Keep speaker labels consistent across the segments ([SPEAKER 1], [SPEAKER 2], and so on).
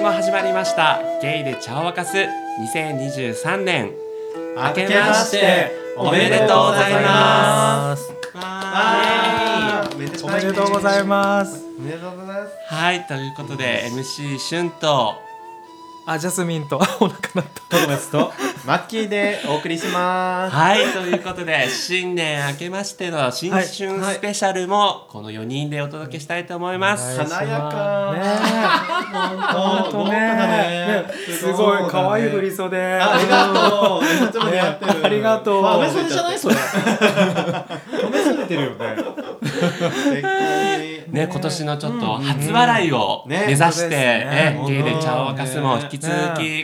[SPEAKER 1] も始まりましたゲイで茶を沸かす2023年
[SPEAKER 2] 明けましておめでとうございます
[SPEAKER 1] は
[SPEAKER 2] おめで
[SPEAKER 3] おめでとうございます
[SPEAKER 2] おめでとうございます
[SPEAKER 1] いということで MC 春と
[SPEAKER 3] あジャスミンと お腹鳴った
[SPEAKER 2] トーマスとマッキーでお送りします
[SPEAKER 1] はいということで新年明けましての新春スペシャルもこの4人でお届けしたいと思います、
[SPEAKER 2] はい華やか
[SPEAKER 3] ね
[SPEAKER 2] 本
[SPEAKER 3] えほんとねねすごい可愛い振り袖
[SPEAKER 2] ありがとう。ね、やってる。
[SPEAKER 3] ありがとう
[SPEAKER 2] あおめそれじゃないそれ。おめそれてるよ ね。
[SPEAKER 1] ね、今年のちょっと初笑いを
[SPEAKER 2] ね
[SPEAKER 1] 目指して、
[SPEAKER 3] そうですね
[SPEAKER 1] ね、ゲイで茶を沸かすも引き続
[SPEAKER 3] ね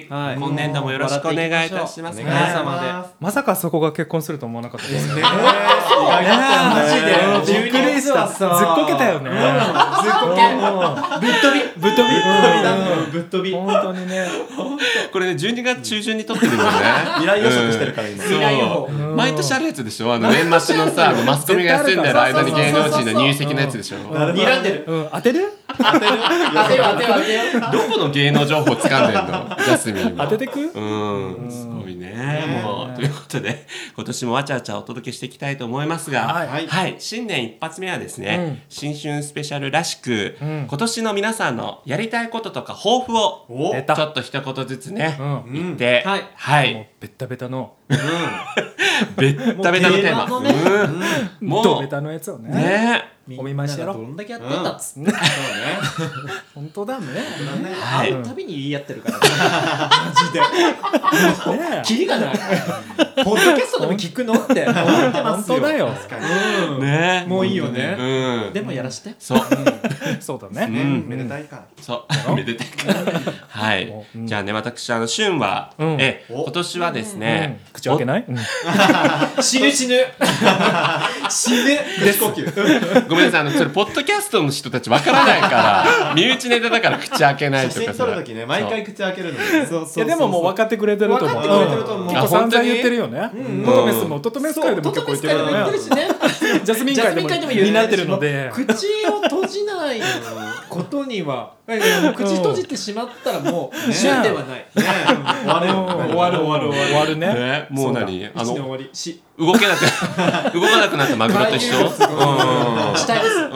[SPEAKER 1] き、
[SPEAKER 3] はい
[SPEAKER 1] 今年度もよろしくお願いいたしますね。
[SPEAKER 2] お願いしま
[SPEAKER 3] まさかそこが結婚すると思わなかったですね
[SPEAKER 2] えー、意外だったね
[SPEAKER 3] マジでびっくりしたずっこけたよね
[SPEAKER 2] ずっこけ。ぶっ飛び。ぶっ飛び。ぶっ飛びだぶっ飛び。
[SPEAKER 3] 本当にね
[SPEAKER 1] これね、12月中旬に撮ってるんだよね。
[SPEAKER 2] 未来予測してるから今
[SPEAKER 1] うんそう。毎年あるやつでしょあの、年末のさ、あのマスコミが休んでる間に芸能人の入籍のやつでしょ
[SPEAKER 4] 睨んでる。
[SPEAKER 3] うん当てる
[SPEAKER 4] 当てよう当てよう当てよう。
[SPEAKER 1] どこの芸能情報掴んでんのジャスミンは
[SPEAKER 3] 当ててく
[SPEAKER 1] うん、すごいね。もう、ということで、今年もわちゃわちゃお届けしていきたいと思いますが、
[SPEAKER 3] はい
[SPEAKER 1] はい、新年一発目はです
[SPEAKER 3] う
[SPEAKER 1] ね
[SPEAKER 3] ん、
[SPEAKER 1] 新春スペシャルらしく、
[SPEAKER 3] ん
[SPEAKER 1] 今年の皆さんのやりたいこととか抱負を、
[SPEAKER 2] お
[SPEAKER 3] 出
[SPEAKER 1] ちょ
[SPEAKER 3] た
[SPEAKER 1] っと一言ずつね、
[SPEAKER 3] うん
[SPEAKER 1] 言って、
[SPEAKER 4] はい
[SPEAKER 1] はい
[SPEAKER 3] もう、ベッタベタの
[SPEAKER 1] べったべたのテーマ。
[SPEAKER 4] もうテー
[SPEAKER 1] うん
[SPEAKER 3] ド
[SPEAKER 1] も
[SPEAKER 3] ベタのやつを
[SPEAKER 1] う、
[SPEAKER 3] ね
[SPEAKER 1] ね。
[SPEAKER 3] お見舞いしてやろう
[SPEAKER 4] みんながどんだけやってんだっつって。
[SPEAKER 3] 本当だね
[SPEAKER 1] は
[SPEAKER 4] 会
[SPEAKER 1] い。
[SPEAKER 4] うたびに言い合ってるから。マジで。
[SPEAKER 3] ね
[SPEAKER 4] キリがない。ポッドキャストでも聞くのって思ってま
[SPEAKER 3] 本
[SPEAKER 4] すよ。
[SPEAKER 3] 当だよ
[SPEAKER 1] ね。
[SPEAKER 4] もういいよ
[SPEAKER 1] う
[SPEAKER 4] ね。
[SPEAKER 1] ん。
[SPEAKER 4] でもやらして。
[SPEAKER 1] そう。
[SPEAKER 3] そうだね
[SPEAKER 2] ね、
[SPEAKER 1] うん
[SPEAKER 2] めでたいか。
[SPEAKER 1] そう。めでたい。はい。じゃあね、私、あの、旬は、
[SPEAKER 3] うん
[SPEAKER 1] え、今年はですね、
[SPEAKER 3] うん口開けないうん
[SPEAKER 4] 死ぬ死ぬ。死ぬ。
[SPEAKER 2] 口呼吸。
[SPEAKER 1] ごめんなさい、あの、それ、ポッドキャストの人たちわからないから、身内ネタだから口開けないと
[SPEAKER 2] 写
[SPEAKER 1] か
[SPEAKER 2] 真
[SPEAKER 1] さ
[SPEAKER 2] 撮るときね、毎回口開けるのね。そう
[SPEAKER 3] いやでももう分かってくれてると思う
[SPEAKER 2] 分かってくれてると思う
[SPEAKER 3] うん結構散々言ってるよね
[SPEAKER 1] ん
[SPEAKER 3] トトメスもトトメス会でも
[SPEAKER 4] ト
[SPEAKER 3] 結
[SPEAKER 4] ト
[SPEAKER 3] 構
[SPEAKER 4] メ
[SPEAKER 3] 言っ
[SPEAKER 4] ス
[SPEAKER 3] てる
[SPEAKER 4] 会でも言
[SPEAKER 3] よね
[SPEAKER 4] ってるしね。
[SPEAKER 3] ジャスミン会でも
[SPEAKER 4] ジャスミン会でも言う
[SPEAKER 3] になってるので
[SPEAKER 4] 口を閉じないことには、口閉じてしまったらもう、死ではない。
[SPEAKER 2] ね終わるよ。
[SPEAKER 3] 終わる終わる終わるね
[SPEAKER 1] ね、もう何あ
[SPEAKER 4] 死の終
[SPEAKER 1] の、
[SPEAKER 4] わり。死。
[SPEAKER 1] 動けなく、動かなくなったマグロと一緒うん。
[SPEAKER 4] 死体です。
[SPEAKER 1] うん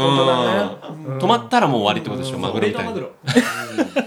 [SPEAKER 1] 止まったらもう終わりってことでしょ、マグロ
[SPEAKER 4] 俺
[SPEAKER 1] みた
[SPEAKER 4] のマ
[SPEAKER 1] い
[SPEAKER 4] グ
[SPEAKER 1] に。
[SPEAKER 4] ロ。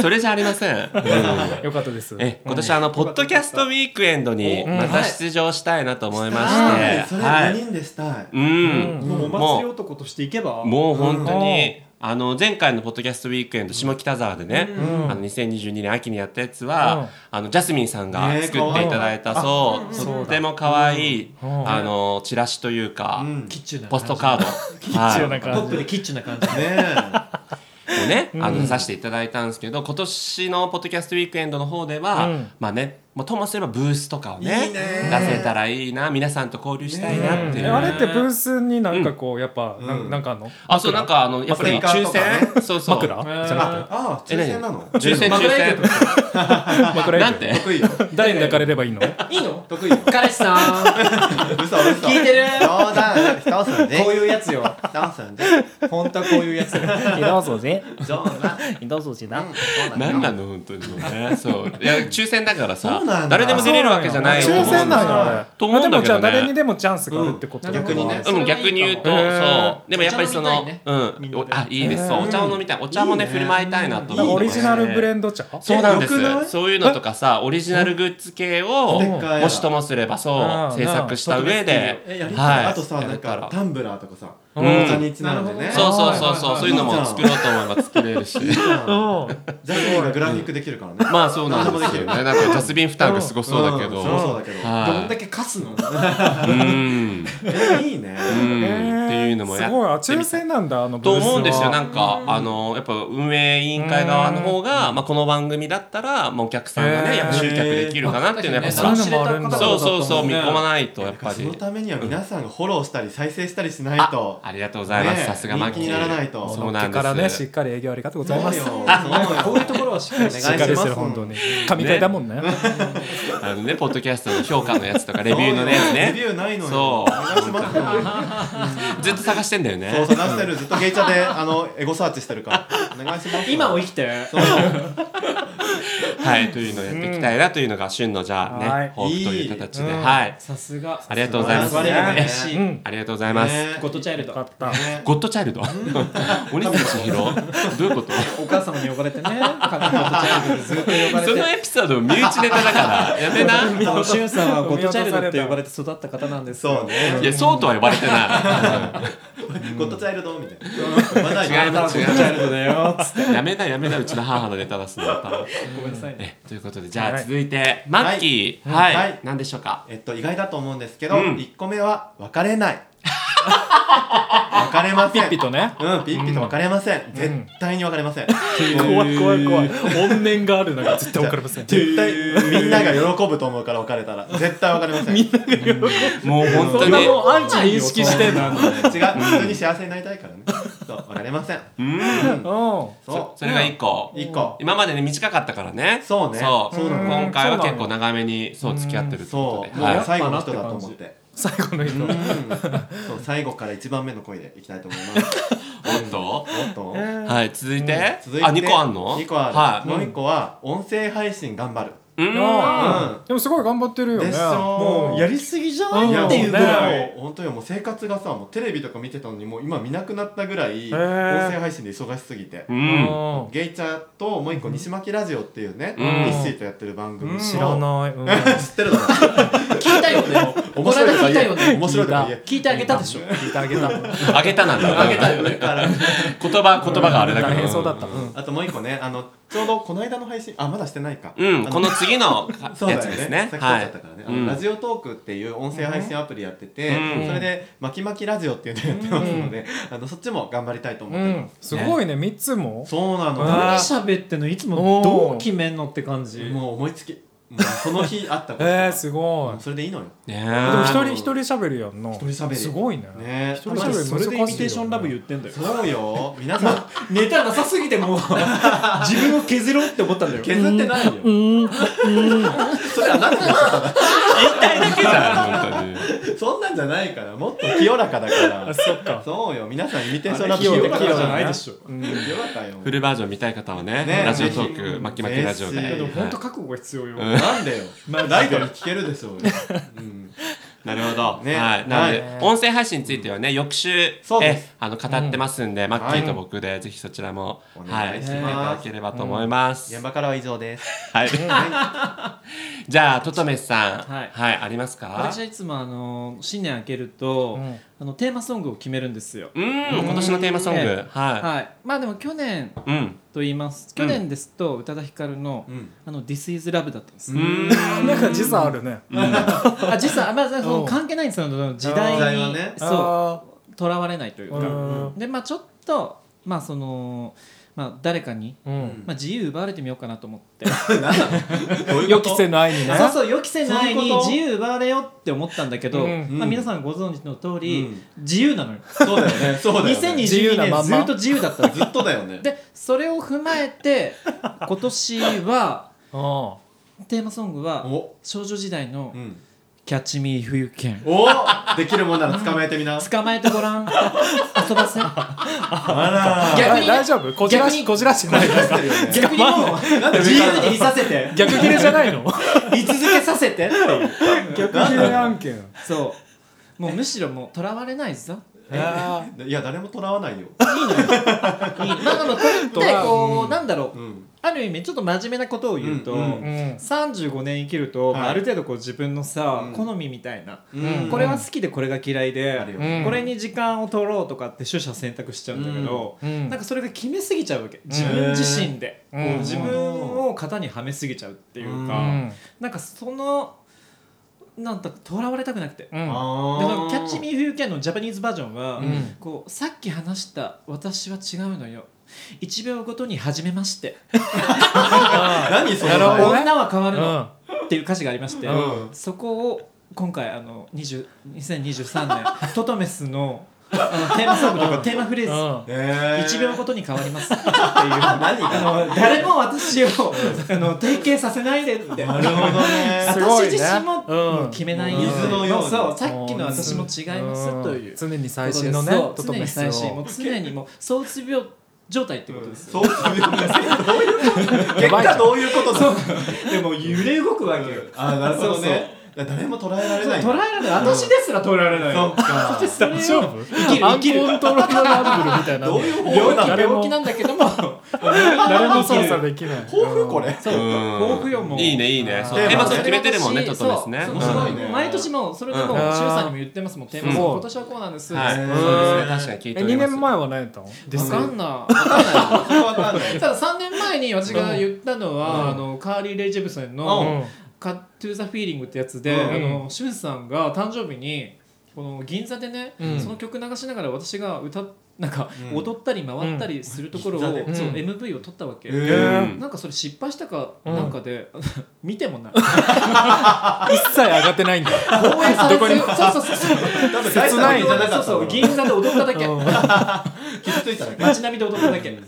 [SPEAKER 1] それじゃありません。うん
[SPEAKER 3] よかったです
[SPEAKER 1] え今年はあの、ポッドキャストウィークエンドに
[SPEAKER 3] うん
[SPEAKER 1] また出場したいなと思いま
[SPEAKER 2] あ
[SPEAKER 1] し
[SPEAKER 2] ー
[SPEAKER 1] て、
[SPEAKER 2] それ
[SPEAKER 1] は
[SPEAKER 2] 4
[SPEAKER 1] い、
[SPEAKER 2] 人でしたい。
[SPEAKER 1] うん、
[SPEAKER 3] うん
[SPEAKER 4] もうお祭り男としていけば。
[SPEAKER 1] もう本当
[SPEAKER 3] う
[SPEAKER 1] にあの前回のポッドキャストウィークエンド下北沢でね、あの2022年秋にやったやつは、
[SPEAKER 3] うん
[SPEAKER 1] あのジャスミンさんが
[SPEAKER 2] ねえ
[SPEAKER 1] 作っていただいた、
[SPEAKER 3] か
[SPEAKER 1] そう
[SPEAKER 3] あそうだ
[SPEAKER 1] とっても可愛い、
[SPEAKER 3] うん
[SPEAKER 1] あのチラシというか、
[SPEAKER 2] うん
[SPEAKER 4] キッチュな
[SPEAKER 1] ポ
[SPEAKER 4] 感
[SPEAKER 1] ス
[SPEAKER 4] じ
[SPEAKER 1] トカード、
[SPEAKER 3] 必要
[SPEAKER 1] は
[SPEAKER 3] ない
[SPEAKER 4] ポ
[SPEAKER 3] 感
[SPEAKER 4] ッ
[SPEAKER 3] じ
[SPEAKER 4] プでキッチュな感じ
[SPEAKER 2] ね
[SPEAKER 1] をね、あの出させていただいたんですけど、今年のポッドキャストウィークエンドの方では、
[SPEAKER 3] うん
[SPEAKER 1] まあね、まあ、ともすればブースとかをね
[SPEAKER 2] いいね
[SPEAKER 1] 出せたらいいな、皆さんと交流したいなっていう。
[SPEAKER 3] えあれってブースになんかこうやっぱな
[SPEAKER 2] うん
[SPEAKER 3] んなんかあんの
[SPEAKER 1] あ、そう、なんか、あの、やっぱり抽
[SPEAKER 2] 枕とか
[SPEAKER 1] 選そうそう。
[SPEAKER 3] 枕じゃな
[SPEAKER 2] あ、あー、抽選なの
[SPEAKER 1] 抽選、抽選。
[SPEAKER 3] くて枕
[SPEAKER 1] な
[SPEAKER 3] や
[SPEAKER 1] んて
[SPEAKER 2] 得意よ。
[SPEAKER 3] 誰に抱かれればいいの
[SPEAKER 4] いいの
[SPEAKER 2] 得意よ。
[SPEAKER 4] 彼氏さん
[SPEAKER 2] 嘘嘘。
[SPEAKER 4] 聞いてる
[SPEAKER 2] 冗談。人それね。
[SPEAKER 4] こういうやつよ
[SPEAKER 2] 人それね。
[SPEAKER 4] 本当はこういうやつ
[SPEAKER 3] どうぞぜ
[SPEAKER 2] 冗談。
[SPEAKER 3] どうぞぜ
[SPEAKER 2] うんそうだ
[SPEAKER 1] な
[SPEAKER 2] よ
[SPEAKER 1] んなの、本当にもうね。そう。いや、抽選だからさ
[SPEAKER 2] そうなん、だ
[SPEAKER 1] 誰でも出れるわけじゃないと思う
[SPEAKER 3] 抽
[SPEAKER 1] んだ
[SPEAKER 3] 選なんだ
[SPEAKER 1] と思うんだ
[SPEAKER 3] あでも
[SPEAKER 1] け
[SPEAKER 3] じゃ
[SPEAKER 1] ど
[SPEAKER 3] あ誰に
[SPEAKER 1] ね。
[SPEAKER 3] でもチャンスがあるってことだ
[SPEAKER 2] 逆にね
[SPEAKER 1] うん、逆に言うと、
[SPEAKER 3] へ
[SPEAKER 1] そ
[SPEAKER 3] ー
[SPEAKER 1] う。でもやっぱりその
[SPEAKER 4] お茶飲みたいね、
[SPEAKER 1] うん
[SPEAKER 4] みん。な
[SPEAKER 1] お
[SPEAKER 4] で
[SPEAKER 1] あ、いいです。
[SPEAKER 3] へー
[SPEAKER 1] そうお茶を飲みたい。お茶もね、
[SPEAKER 2] いい
[SPEAKER 1] 振
[SPEAKER 2] ね
[SPEAKER 1] る舞いたいなと
[SPEAKER 3] なんか
[SPEAKER 1] 思う。
[SPEAKER 3] オリジナルブレ
[SPEAKER 1] ン
[SPEAKER 3] ンド茶
[SPEAKER 1] そうなんで
[SPEAKER 2] えよくない
[SPEAKER 1] す。そういうのとかさ、オリジナルグッズ系を、
[SPEAKER 2] でっかい
[SPEAKER 1] もしともすれば
[SPEAKER 3] あ
[SPEAKER 1] そ
[SPEAKER 3] ー
[SPEAKER 1] う、制作した上
[SPEAKER 2] え
[SPEAKER 1] で
[SPEAKER 2] や、りたい
[SPEAKER 1] はい。
[SPEAKER 2] あとさ、なん
[SPEAKER 1] やれた
[SPEAKER 2] からタンブラーとかさ、
[SPEAKER 3] う
[SPEAKER 2] お
[SPEAKER 1] ん
[SPEAKER 2] 茶にちなんでね。
[SPEAKER 1] そうそうそう
[SPEAKER 4] はいはい
[SPEAKER 1] そう、
[SPEAKER 4] はい
[SPEAKER 1] そういうのも作ろうと思えば作れる し。
[SPEAKER 3] う
[SPEAKER 2] ジャスミンがグラフィックできるからね。
[SPEAKER 1] まあそうなんですよね。なんかジャスビン負担がすごそうだけ
[SPEAKER 2] う
[SPEAKER 1] ど。
[SPEAKER 2] んそうそうだけど。
[SPEAKER 4] どん
[SPEAKER 1] は
[SPEAKER 4] だけカスの
[SPEAKER 1] い。うん。
[SPEAKER 2] えいいね。
[SPEAKER 1] うん。
[SPEAKER 3] ん
[SPEAKER 1] っていうのもや
[SPEAKER 3] すごいあ
[SPEAKER 1] って
[SPEAKER 3] 抽
[SPEAKER 1] みたい。
[SPEAKER 3] 選なんだあのブー
[SPEAKER 1] と
[SPEAKER 3] スは
[SPEAKER 1] 思うんですよ。なんか、あの、やっぱ運営委員会側の方が、まあこの番組だったら、まあお客さんが
[SPEAKER 3] へー
[SPEAKER 1] ね、やっぱ集客できるかなっていうのはやっぱ
[SPEAKER 3] そう
[SPEAKER 1] ほ
[SPEAKER 3] い
[SPEAKER 1] ら
[SPEAKER 3] うのもあるんだ
[SPEAKER 1] そうそうそう、見込ま
[SPEAKER 4] い
[SPEAKER 1] ないと、やっぱ
[SPEAKER 2] その
[SPEAKER 1] り。
[SPEAKER 2] ためには皆さんがフォローしたり再生したりしない
[SPEAKER 1] あ
[SPEAKER 2] と。
[SPEAKER 1] ありがとうございま
[SPEAKER 2] ね
[SPEAKER 1] す。
[SPEAKER 2] え
[SPEAKER 1] さすがマッキー。
[SPEAKER 2] 人気にならないと
[SPEAKER 1] そうな
[SPEAKER 3] だから
[SPEAKER 1] ん
[SPEAKER 3] ね
[SPEAKER 1] で
[SPEAKER 3] しっ
[SPEAKER 1] す。
[SPEAKER 3] かり営業ありがとうご
[SPEAKER 2] そ
[SPEAKER 3] ざ
[SPEAKER 2] う
[SPEAKER 3] い
[SPEAKER 2] よ
[SPEAKER 3] ます。し
[SPEAKER 2] そうよ
[SPEAKER 4] こういうところはしっかり
[SPEAKER 2] お
[SPEAKER 4] ね
[SPEAKER 2] 願
[SPEAKER 3] っ
[SPEAKER 2] い
[SPEAKER 3] か
[SPEAKER 2] しま
[SPEAKER 3] りして
[SPEAKER 2] す
[SPEAKER 3] る本当に
[SPEAKER 2] ね
[SPEAKER 3] 神回だもんね。
[SPEAKER 1] あのね、ポッドキャストの評価のやつとか、レビューのやつ
[SPEAKER 2] レビ
[SPEAKER 1] ね。
[SPEAKER 2] ューないのよ。
[SPEAKER 1] そう
[SPEAKER 2] お願いしますよ。
[SPEAKER 1] ずっと探してんだよね。
[SPEAKER 2] そう探してるずっとゲイチャであのエゴサーチしてるから。願いします
[SPEAKER 4] 今を生きて
[SPEAKER 1] はい、というのをやっていきたいなというのが旬のじゃあね、
[SPEAKER 3] はい
[SPEAKER 1] 抱負という形で、
[SPEAKER 3] いいうん
[SPEAKER 1] はい、
[SPEAKER 4] さすが
[SPEAKER 1] ありがとうございます
[SPEAKER 4] 我々がしい
[SPEAKER 3] うん
[SPEAKER 1] ありがとうございます。
[SPEAKER 2] ね
[SPEAKER 4] ゴッドチャイル
[SPEAKER 3] よか
[SPEAKER 4] ド
[SPEAKER 3] った。
[SPEAKER 2] ね
[SPEAKER 1] ゴッドチャイルド、お兄さん千尋、どういうこと？
[SPEAKER 4] お母様に呼ばれてねゴッドチャイルドでずっと呼ばれ
[SPEAKER 1] その
[SPEAKER 4] て
[SPEAKER 1] エピソード身内ネタだからやめな。
[SPEAKER 4] あのしゅんさんはゴッドチャイルドって呼ばれて育った方なんです
[SPEAKER 2] そうね
[SPEAKER 1] いや、そうとは呼ばれてない。
[SPEAKER 2] ゴッドチャイルドみたいな話題
[SPEAKER 1] 違
[SPEAKER 2] に
[SPEAKER 1] います
[SPEAKER 4] ゴッドチャイルドだよつって
[SPEAKER 1] やめなやめなうちの母のネタ出すのだったら。
[SPEAKER 4] ごめんなさいね
[SPEAKER 1] えということでじゃ
[SPEAKER 3] は
[SPEAKER 1] あ
[SPEAKER 3] い
[SPEAKER 1] 続いてマッキー
[SPEAKER 2] はい
[SPEAKER 1] は
[SPEAKER 2] はい
[SPEAKER 1] い何でしょうか。
[SPEAKER 2] えっと意外だと思うんですけど、
[SPEAKER 1] うん
[SPEAKER 2] 一個目は別れない別れません
[SPEAKER 3] ピッピとね。
[SPEAKER 2] うんピッピと別れません、絶対に別れません、
[SPEAKER 3] 怖い怖い怖い。怨念がある中絶対分かりません。
[SPEAKER 2] 絶対みんなが喜ぶと思うから別れたら絶対別れません違う
[SPEAKER 1] もう本当
[SPEAKER 3] そんな
[SPEAKER 1] に
[SPEAKER 3] もんアンチ認識してんの。
[SPEAKER 2] 普通に幸せになりたいからねそう別れません
[SPEAKER 1] うん
[SPEAKER 3] う
[SPEAKER 2] そ
[SPEAKER 1] それが一個
[SPEAKER 2] う。一個
[SPEAKER 1] 今までね短かったからね。
[SPEAKER 2] そうね
[SPEAKER 1] そう。
[SPEAKER 2] そうなの
[SPEAKER 1] 今回は結構長めにそう付き合ってるってこと
[SPEAKER 2] そう
[SPEAKER 1] で。
[SPEAKER 2] も
[SPEAKER 1] は
[SPEAKER 2] う
[SPEAKER 1] い。
[SPEAKER 2] 最後の人だと思って
[SPEAKER 3] ん。最後の
[SPEAKER 2] う
[SPEAKER 3] 人。
[SPEAKER 2] んそう最後から一番目の恋でいきたいと思います
[SPEAKER 1] おっと。
[SPEAKER 2] おっと
[SPEAKER 1] はい続いて
[SPEAKER 2] 続い。て
[SPEAKER 1] あ二個あんの？
[SPEAKER 2] 二個ある、
[SPEAKER 1] はい。
[SPEAKER 2] もう一個は音声配信頑張る
[SPEAKER 1] うん。
[SPEAKER 3] うんでもすごい頑張ってるよね。
[SPEAKER 2] でしょ
[SPEAKER 3] もうや
[SPEAKER 4] りすぎじゃ
[SPEAKER 3] ない
[SPEAKER 2] いや
[SPEAKER 3] っ
[SPEAKER 2] ってて
[SPEAKER 3] い
[SPEAKER 2] いうう
[SPEAKER 3] ぐ
[SPEAKER 2] ぐ
[SPEAKER 3] ら
[SPEAKER 2] ら
[SPEAKER 3] い
[SPEAKER 2] い本当よもう生活がさもうテレビとか見てたのにもう今見なくなったぐらい
[SPEAKER 3] へー
[SPEAKER 2] 音声配信で忙しすぎて、
[SPEAKER 1] うん。
[SPEAKER 3] う
[SPEAKER 2] ゲイチャーともう一個西巻ラジオっていうね、
[SPEAKER 1] うん
[SPEAKER 2] イッシーとやってる番組
[SPEAKER 1] うん
[SPEAKER 2] を
[SPEAKER 3] 知らない。うん
[SPEAKER 2] 知って るだろ
[SPEAKER 4] 聞いたよね
[SPEAKER 2] 面白いとか言え
[SPEAKER 4] この間聞いたよね
[SPEAKER 2] 面白いとか言え
[SPEAKER 4] 聞いてあげたでしょ
[SPEAKER 3] 聞いてあげた。
[SPEAKER 1] あげたなんだ。
[SPEAKER 2] あげたよねから
[SPEAKER 1] 言葉言葉があれだけど。
[SPEAKER 3] 大変そうだった。
[SPEAKER 2] あともう一個ねあのちょうどこの間の配信あまだしてないか、
[SPEAKER 1] うん、
[SPEAKER 2] あ
[SPEAKER 1] この次のか
[SPEAKER 2] そう
[SPEAKER 1] や
[SPEAKER 2] だ
[SPEAKER 1] つ
[SPEAKER 2] よ
[SPEAKER 1] です
[SPEAKER 2] ね
[SPEAKER 1] ね。
[SPEAKER 2] さっき撮っち
[SPEAKER 1] は
[SPEAKER 2] ゃ
[SPEAKER 1] い
[SPEAKER 2] ったからね、。
[SPEAKER 1] う
[SPEAKER 2] あの
[SPEAKER 1] ん
[SPEAKER 2] ラジオトークっていう音声配信アプリやってて、
[SPEAKER 1] うん
[SPEAKER 2] それで「まきまきラジオ」っていうのやってますので、あのそっちも頑張りたいと思っ
[SPEAKER 3] う
[SPEAKER 2] てます、
[SPEAKER 3] ん。すごいね。三つも。
[SPEAKER 2] そうなの
[SPEAKER 3] うわ
[SPEAKER 4] 何喋ってんのいつもどう決めんのって感じ
[SPEAKER 2] もう思いつきもうその日あったこと
[SPEAKER 3] え
[SPEAKER 2] だ
[SPEAKER 3] ーすごい
[SPEAKER 2] それでいいのよ
[SPEAKER 1] ね
[SPEAKER 3] でも一
[SPEAKER 1] え。
[SPEAKER 3] 人一人喋るやんの。
[SPEAKER 2] 一人喋り
[SPEAKER 3] すごいね。
[SPEAKER 2] ね
[SPEAKER 3] 一人喋り
[SPEAKER 4] そ
[SPEAKER 3] 難しいよ
[SPEAKER 4] れでイ
[SPEAKER 3] ね
[SPEAKER 4] ミテーションラブ言ってんだよ
[SPEAKER 2] そうよ皆さん
[SPEAKER 4] ネタなさすぎてもう自分を削ろうって思ったんだよ
[SPEAKER 2] 削ってないよ それはなんで
[SPEAKER 1] だけじゃん本当に。
[SPEAKER 2] そんなんじゃないからもっと清らかだから
[SPEAKER 3] あ、そっか。
[SPEAKER 2] そうよ皆さんイミテーション
[SPEAKER 4] あ
[SPEAKER 2] ラ
[SPEAKER 4] れ
[SPEAKER 2] ブ
[SPEAKER 4] 器用で
[SPEAKER 2] 清ら
[SPEAKER 4] 器
[SPEAKER 2] か
[SPEAKER 4] 用
[SPEAKER 2] じ
[SPEAKER 4] じ
[SPEAKER 2] ゃ
[SPEAKER 4] ゃ
[SPEAKER 2] な
[SPEAKER 4] ないいでしょ
[SPEAKER 2] 清らかよ
[SPEAKER 1] フルバージョン見たい方はね、
[SPEAKER 2] ね
[SPEAKER 1] ラジオトーク、巻き巻きラジオで。
[SPEAKER 2] ぜひ
[SPEAKER 4] でも
[SPEAKER 1] は
[SPEAKER 4] 本
[SPEAKER 1] い
[SPEAKER 4] 当覚悟が必要よ、
[SPEAKER 2] なんでよ
[SPEAKER 4] マジで
[SPEAKER 2] ライトに聞けるでし ょうよ、うん、
[SPEAKER 1] なるほど。
[SPEAKER 2] ね
[SPEAKER 1] はい。なので、
[SPEAKER 3] はい
[SPEAKER 1] 音声配信についてはね、翌週、
[SPEAKER 2] そうで
[SPEAKER 1] え
[SPEAKER 2] す、
[SPEAKER 1] あの、語ってますんで、マッキ
[SPEAKER 2] は
[SPEAKER 1] ー
[SPEAKER 2] い
[SPEAKER 1] と僕で、ぜひそちらも、
[SPEAKER 2] お
[SPEAKER 1] は
[SPEAKER 2] 願
[SPEAKER 1] い、聞
[SPEAKER 2] い
[SPEAKER 1] い
[SPEAKER 2] して
[SPEAKER 1] いただ
[SPEAKER 2] ます
[SPEAKER 1] ければと思います。
[SPEAKER 2] 現場からは以上です
[SPEAKER 1] はい。
[SPEAKER 2] は
[SPEAKER 1] じゃあ、トトメスさん、は
[SPEAKER 4] はいい、
[SPEAKER 1] ありますか
[SPEAKER 4] 私はいつもあの新年明けると、
[SPEAKER 3] うん
[SPEAKER 4] あのテーマソングを決めるんですよ、
[SPEAKER 1] うん、今年のテーマソング。
[SPEAKER 4] え
[SPEAKER 1] は
[SPEAKER 4] はいまあでも去年
[SPEAKER 1] い。うん。
[SPEAKER 4] と言います去年ですと宇多田ヒカルの「
[SPEAKER 2] い、うん
[SPEAKER 4] あの This is Love」だったんです、
[SPEAKER 1] うーん。
[SPEAKER 3] なんか時差あるね。
[SPEAKER 4] あ実は、まあ、そ
[SPEAKER 3] うん
[SPEAKER 4] の関係ないんですよその時
[SPEAKER 2] 時
[SPEAKER 4] 代
[SPEAKER 2] 代
[SPEAKER 4] に、
[SPEAKER 2] はね
[SPEAKER 4] そ
[SPEAKER 3] あ
[SPEAKER 4] うとらわれないという
[SPEAKER 3] ー
[SPEAKER 4] か、
[SPEAKER 3] うん
[SPEAKER 4] でまあちょっとまあそのまあ誰かに、
[SPEAKER 3] うん。
[SPEAKER 4] まあ、自由奪われてみようかなと思って
[SPEAKER 2] どういう
[SPEAKER 3] 予
[SPEAKER 2] こと
[SPEAKER 3] 期せぬ愛にね。
[SPEAKER 4] そうそう予期せないに
[SPEAKER 2] そういうこと
[SPEAKER 4] 自由奪われようって思ったんだけど、
[SPEAKER 3] うん
[SPEAKER 4] まあ、皆さんご存知の通
[SPEAKER 2] う
[SPEAKER 4] り、
[SPEAKER 2] ん
[SPEAKER 4] 自由なのよ
[SPEAKER 2] そうだよねそうだよね
[SPEAKER 3] 自由
[SPEAKER 4] 2022
[SPEAKER 3] なま
[SPEAKER 4] 年
[SPEAKER 3] ん
[SPEAKER 4] ず
[SPEAKER 3] ま
[SPEAKER 4] っと自由だったの
[SPEAKER 2] ずっとだよね
[SPEAKER 4] でそれを踏まえて今年は
[SPEAKER 3] あ
[SPEAKER 4] テーマソングは
[SPEAKER 2] お
[SPEAKER 4] 少女時代の
[SPEAKER 2] うん
[SPEAKER 4] 「キャッチ・ミー・フユ・ケン
[SPEAKER 2] おできるもんなら捕まえてみ」な
[SPEAKER 4] 捕まえてごらん遊 ばせ
[SPEAKER 2] あ
[SPEAKER 3] あ。
[SPEAKER 4] 逆に
[SPEAKER 3] 大丈夫こじら
[SPEAKER 4] 逆
[SPEAKER 3] し、
[SPEAKER 4] に
[SPEAKER 3] こじらして ない。
[SPEAKER 4] 逆にもう
[SPEAKER 2] なんで
[SPEAKER 4] 自
[SPEAKER 2] 上から
[SPEAKER 4] 由にいさせて
[SPEAKER 3] 逆切れじゃないの
[SPEAKER 4] 居続けさせ てっていう
[SPEAKER 3] 逆切れ案 件。
[SPEAKER 4] そうもうむしろもうとらわれないぞ
[SPEAKER 3] あ
[SPEAKER 2] らいや誰もとらわないよ
[SPEAKER 4] いいまあでもこれってこうなんだろ
[SPEAKER 2] う
[SPEAKER 4] うんある意味ちょっと真面目なことを言うと、
[SPEAKER 2] うんう
[SPEAKER 3] ー
[SPEAKER 2] ん
[SPEAKER 3] うん。
[SPEAKER 4] 35年生きると、まあ
[SPEAKER 2] はい
[SPEAKER 4] ある程度こう自分のさ、
[SPEAKER 2] うん
[SPEAKER 4] 好みみたいな、
[SPEAKER 2] うん
[SPEAKER 4] これは好きでこれが嫌いで、
[SPEAKER 2] あるよ
[SPEAKER 3] うん
[SPEAKER 4] これに時間を取ろうとかって取捨選択しちゃうんだけど、
[SPEAKER 3] うん
[SPEAKER 4] なんかそれが決めすぎちゃうわけ自分自身で、
[SPEAKER 3] うん
[SPEAKER 4] こう自分を型にはめすぎちゃうっていうか、
[SPEAKER 3] うん
[SPEAKER 4] なんかそのなんだとらわれたくなくて。で
[SPEAKER 3] うん
[SPEAKER 2] あ
[SPEAKER 4] そのキャッチ・ミー・フユー・キャンのジャパニーズバージョンは、
[SPEAKER 3] うん
[SPEAKER 4] こうさっき話した私は違うのよ1秒ごとに始めまして
[SPEAKER 2] 何そ
[SPEAKER 3] なるほどね
[SPEAKER 2] の
[SPEAKER 4] 女は変わる
[SPEAKER 3] う
[SPEAKER 4] の
[SPEAKER 3] ん
[SPEAKER 4] っていう歌詞がありまして、
[SPEAKER 2] うん
[SPEAKER 4] そこを今回あの20 2023年 トトメスのあのテーマソングとかテーマフレーズ
[SPEAKER 3] う
[SPEAKER 2] え
[SPEAKER 4] 1秒ごとに変わり ますっていう
[SPEAKER 2] 何
[SPEAKER 4] あ
[SPEAKER 2] が
[SPEAKER 4] の誰も私をあの定型させないでって
[SPEAKER 2] なるほどね
[SPEAKER 3] すごいね
[SPEAKER 4] 私自身も
[SPEAKER 3] うん
[SPEAKER 4] もう決めない
[SPEAKER 2] 水のように
[SPEAKER 4] そうさっきの私も違いますという
[SPEAKER 3] 常に最新のね
[SPEAKER 4] そう
[SPEAKER 3] ト
[SPEAKER 4] 常
[SPEAKER 3] ト
[SPEAKER 4] に
[SPEAKER 3] メス
[SPEAKER 4] 最新も
[SPEAKER 3] を
[SPEAKER 4] う常にもう躁うつ病状態ってことですよ、
[SPEAKER 2] そういうことですどういうこと結果どういうことだ
[SPEAKER 4] でも揺れ動くわけよ
[SPEAKER 2] あーなるほどねだから誰も捉えられない
[SPEAKER 4] 捉えられない私ですら捉えられない
[SPEAKER 2] そっか
[SPEAKER 4] で それを
[SPEAKER 3] 大丈夫
[SPEAKER 4] 生きる
[SPEAKER 3] アンコントローラブルみたいな
[SPEAKER 2] どういう方法
[SPEAKER 4] 病
[SPEAKER 2] なの
[SPEAKER 4] 気
[SPEAKER 3] 誰も
[SPEAKER 4] 病気なんだけども
[SPEAKER 3] 誰も操作できない
[SPEAKER 2] 抱負これ
[SPEAKER 4] そう
[SPEAKER 1] うん
[SPEAKER 4] 抱負よもう
[SPEAKER 1] いいねいいねそう
[SPEAKER 2] テーマ
[SPEAKER 1] テーマ
[SPEAKER 2] ね
[SPEAKER 1] 決めてるもんねちょ
[SPEAKER 4] そう
[SPEAKER 1] っとですね
[SPEAKER 4] そううんすご
[SPEAKER 2] い
[SPEAKER 4] い
[SPEAKER 2] ね
[SPEAKER 4] 毎年もうそれでもう
[SPEAKER 3] うん
[SPEAKER 4] 塩さんにも言ってますもんテーマ
[SPEAKER 3] うん
[SPEAKER 4] 今年はこうなんです
[SPEAKER 1] はい、
[SPEAKER 2] ね
[SPEAKER 1] うん確かに聞いて
[SPEAKER 3] え
[SPEAKER 1] おり
[SPEAKER 3] 2
[SPEAKER 1] ます
[SPEAKER 3] 年前は何やったの
[SPEAKER 4] わかんな
[SPEAKER 2] それわかんない
[SPEAKER 4] いただ3年前に私が言ったのはあのカーリー・レイ・ジェブソン
[SPEAKER 2] う
[SPEAKER 4] の
[SPEAKER 2] ん
[SPEAKER 4] 「カットゥ・ザ・フィーリング」ってやつで
[SPEAKER 2] うん
[SPEAKER 4] あの清水さんが誕生日にこの銀座でね
[SPEAKER 3] うん
[SPEAKER 4] その曲流しながら私が歌っなんか
[SPEAKER 2] うん
[SPEAKER 4] 踊ったり回ったりするところを
[SPEAKER 2] う
[SPEAKER 4] そうん
[SPEAKER 3] 銀座で
[SPEAKER 4] MV を撮ったわけ
[SPEAKER 2] えー
[SPEAKER 1] うん
[SPEAKER 4] なんかそれ失敗したか
[SPEAKER 3] うん
[SPEAKER 4] なんかで見てもない
[SPEAKER 3] 一切上がってないんだ
[SPEAKER 4] どこにそうそうそうそう
[SPEAKER 2] 多分大した
[SPEAKER 3] 切な
[SPEAKER 2] こ
[SPEAKER 3] い
[SPEAKER 2] とじゃなか
[SPEAKER 4] そう
[SPEAKER 2] った
[SPEAKER 4] そ
[SPEAKER 2] の
[SPEAKER 4] う銀座で踊っただけ
[SPEAKER 2] 傷ついただけ
[SPEAKER 4] 街並みで踊っただけ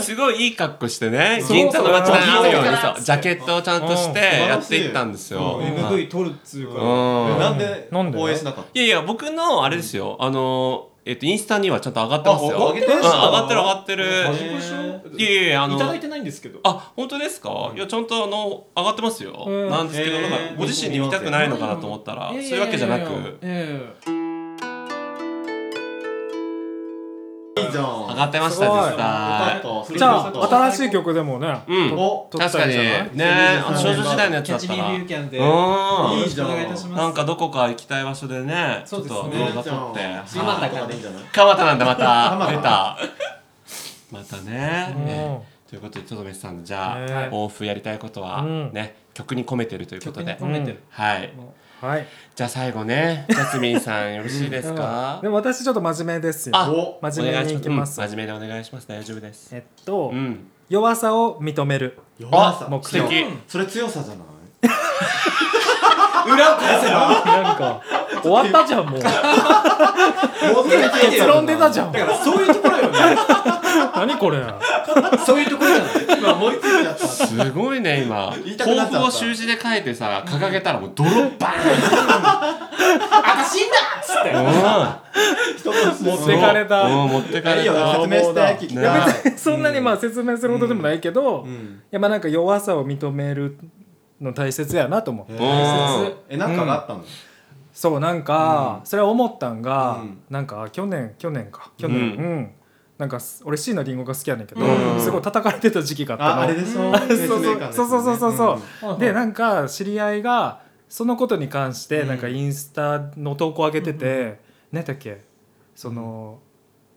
[SPEAKER 1] すごいいい格好してね
[SPEAKER 4] そう
[SPEAKER 1] 銀座の街並み合うよう
[SPEAKER 4] そう
[SPEAKER 1] に
[SPEAKER 4] そう
[SPEAKER 1] そうジャケットをちゃんとして
[SPEAKER 2] うん
[SPEAKER 1] やっていったんですよ、
[SPEAKER 2] う
[SPEAKER 1] うんん
[SPEAKER 4] MV 撮るっつう
[SPEAKER 2] う
[SPEAKER 4] か
[SPEAKER 2] ん
[SPEAKER 4] ら
[SPEAKER 1] うん
[SPEAKER 2] えなんで
[SPEAKER 3] なんで
[SPEAKER 2] 応援しなかった
[SPEAKER 1] いやいや僕のあれですよあのえっとインスタにはちゃんと上がってますよ
[SPEAKER 2] あ上がってま
[SPEAKER 1] うん、
[SPEAKER 2] し
[SPEAKER 1] 上
[SPEAKER 2] た
[SPEAKER 1] がってる上がってる
[SPEAKER 4] 初めで
[SPEAKER 1] い
[SPEAKER 4] しょ
[SPEAKER 1] やいやいやあ
[SPEAKER 4] い
[SPEAKER 1] の
[SPEAKER 4] ただいてないんですけど
[SPEAKER 1] あ本当ですか、いやちゃんとあの上がってますよ、
[SPEAKER 4] うん
[SPEAKER 1] なんですけど、
[SPEAKER 2] へー
[SPEAKER 1] なんかご自身に見たくないのかなと思ったら、そういうわけじゃなく、
[SPEAKER 4] ええ
[SPEAKER 2] いいじゃん
[SPEAKER 1] 上がってました
[SPEAKER 3] す
[SPEAKER 1] 実
[SPEAKER 3] ごい
[SPEAKER 2] よ
[SPEAKER 1] 際
[SPEAKER 2] かった
[SPEAKER 3] じゃあ新しい
[SPEAKER 2] 曲
[SPEAKER 3] 曲でもね
[SPEAKER 1] うん
[SPEAKER 2] お
[SPEAKER 3] 撮っ
[SPEAKER 1] 確
[SPEAKER 3] た
[SPEAKER 1] か
[SPEAKER 3] り
[SPEAKER 1] に
[SPEAKER 3] じゃない
[SPEAKER 1] ねあの
[SPEAKER 2] そう
[SPEAKER 1] 少
[SPEAKER 2] です
[SPEAKER 1] 女時
[SPEAKER 2] ね
[SPEAKER 1] 代のやつ
[SPEAKER 4] キャ
[SPEAKER 1] だ
[SPEAKER 4] ッ
[SPEAKER 1] っ
[SPEAKER 4] チ
[SPEAKER 1] た
[SPEAKER 4] ミ
[SPEAKER 1] ら
[SPEAKER 4] ービューキャンで
[SPEAKER 1] うん
[SPEAKER 4] よろしくお願いいたします
[SPEAKER 1] なんかどこか行きたい場所でねち
[SPEAKER 4] そ
[SPEAKER 1] ょ
[SPEAKER 4] う
[SPEAKER 1] っ
[SPEAKER 4] で
[SPEAKER 1] と
[SPEAKER 4] すね
[SPEAKER 1] 動画撮って
[SPEAKER 2] そう
[SPEAKER 4] 今だから
[SPEAKER 2] でいいんじゃない
[SPEAKER 1] 蒲田なんだまた
[SPEAKER 2] 蒲
[SPEAKER 1] 出たまたね
[SPEAKER 3] うん
[SPEAKER 1] ねということでちょとめさんじゃあ
[SPEAKER 3] ね
[SPEAKER 1] 抱負やりたいことは
[SPEAKER 3] うん
[SPEAKER 1] ね曲に込めてるというこ
[SPEAKER 4] 曲
[SPEAKER 1] と
[SPEAKER 4] に
[SPEAKER 1] で
[SPEAKER 4] 込めてる
[SPEAKER 1] はい
[SPEAKER 4] も
[SPEAKER 3] はい
[SPEAKER 1] じゃあ最後ねジャスミンさんよろしいですか
[SPEAKER 3] でも私ちょっと真面目ですよ
[SPEAKER 1] あ
[SPEAKER 2] お
[SPEAKER 3] 真面目にいきます
[SPEAKER 1] お願いしうん真面目でお願いします大丈夫です
[SPEAKER 3] えっと、
[SPEAKER 1] うん
[SPEAKER 3] 弱さを認める
[SPEAKER 2] 弱さ
[SPEAKER 3] あ目
[SPEAKER 1] 素敵
[SPEAKER 2] それ強さじゃない
[SPEAKER 3] なんか終わったじゃんもう
[SPEAKER 2] 結
[SPEAKER 3] 結論出たじゃん
[SPEAKER 4] だからそういうところよね
[SPEAKER 3] 何これ
[SPEAKER 4] そういうところじゃない
[SPEAKER 2] 今思いついちゃった
[SPEAKER 1] すごいね今
[SPEAKER 2] 言いたくなっちゃった
[SPEAKER 1] 抱負を習字で書いてさ掲げたらもう泥バーン
[SPEAKER 4] あ死んだっつって
[SPEAKER 2] 人の質問
[SPEAKER 3] 持ってかれた
[SPEAKER 1] うん持ってか
[SPEAKER 2] いい
[SPEAKER 1] れ
[SPEAKER 2] よ
[SPEAKER 1] た
[SPEAKER 2] 説明して聞きたい
[SPEAKER 3] そんなにまあ説明するほどでもないけど、い
[SPEAKER 2] ん
[SPEAKER 3] やまあなんか弱さを認めるの大切やなと思う、
[SPEAKER 2] え
[SPEAKER 1] うん
[SPEAKER 2] ーえなんかがあったの
[SPEAKER 3] そうなんか、それは思ったんが、
[SPEAKER 2] うん
[SPEAKER 3] なんか去年去年か去年
[SPEAKER 1] う
[SPEAKER 3] うん、なんかす俺椎名林檎が好きやねんけど、
[SPEAKER 1] うん
[SPEAKER 3] すごい叩かれてた時期があったの
[SPEAKER 2] ああれでそう
[SPEAKER 3] そうそうそうそうそうそう
[SPEAKER 4] うん
[SPEAKER 3] でなんか知り合いがそのことに関してなんかインスタの投稿上げてて、何だっけその、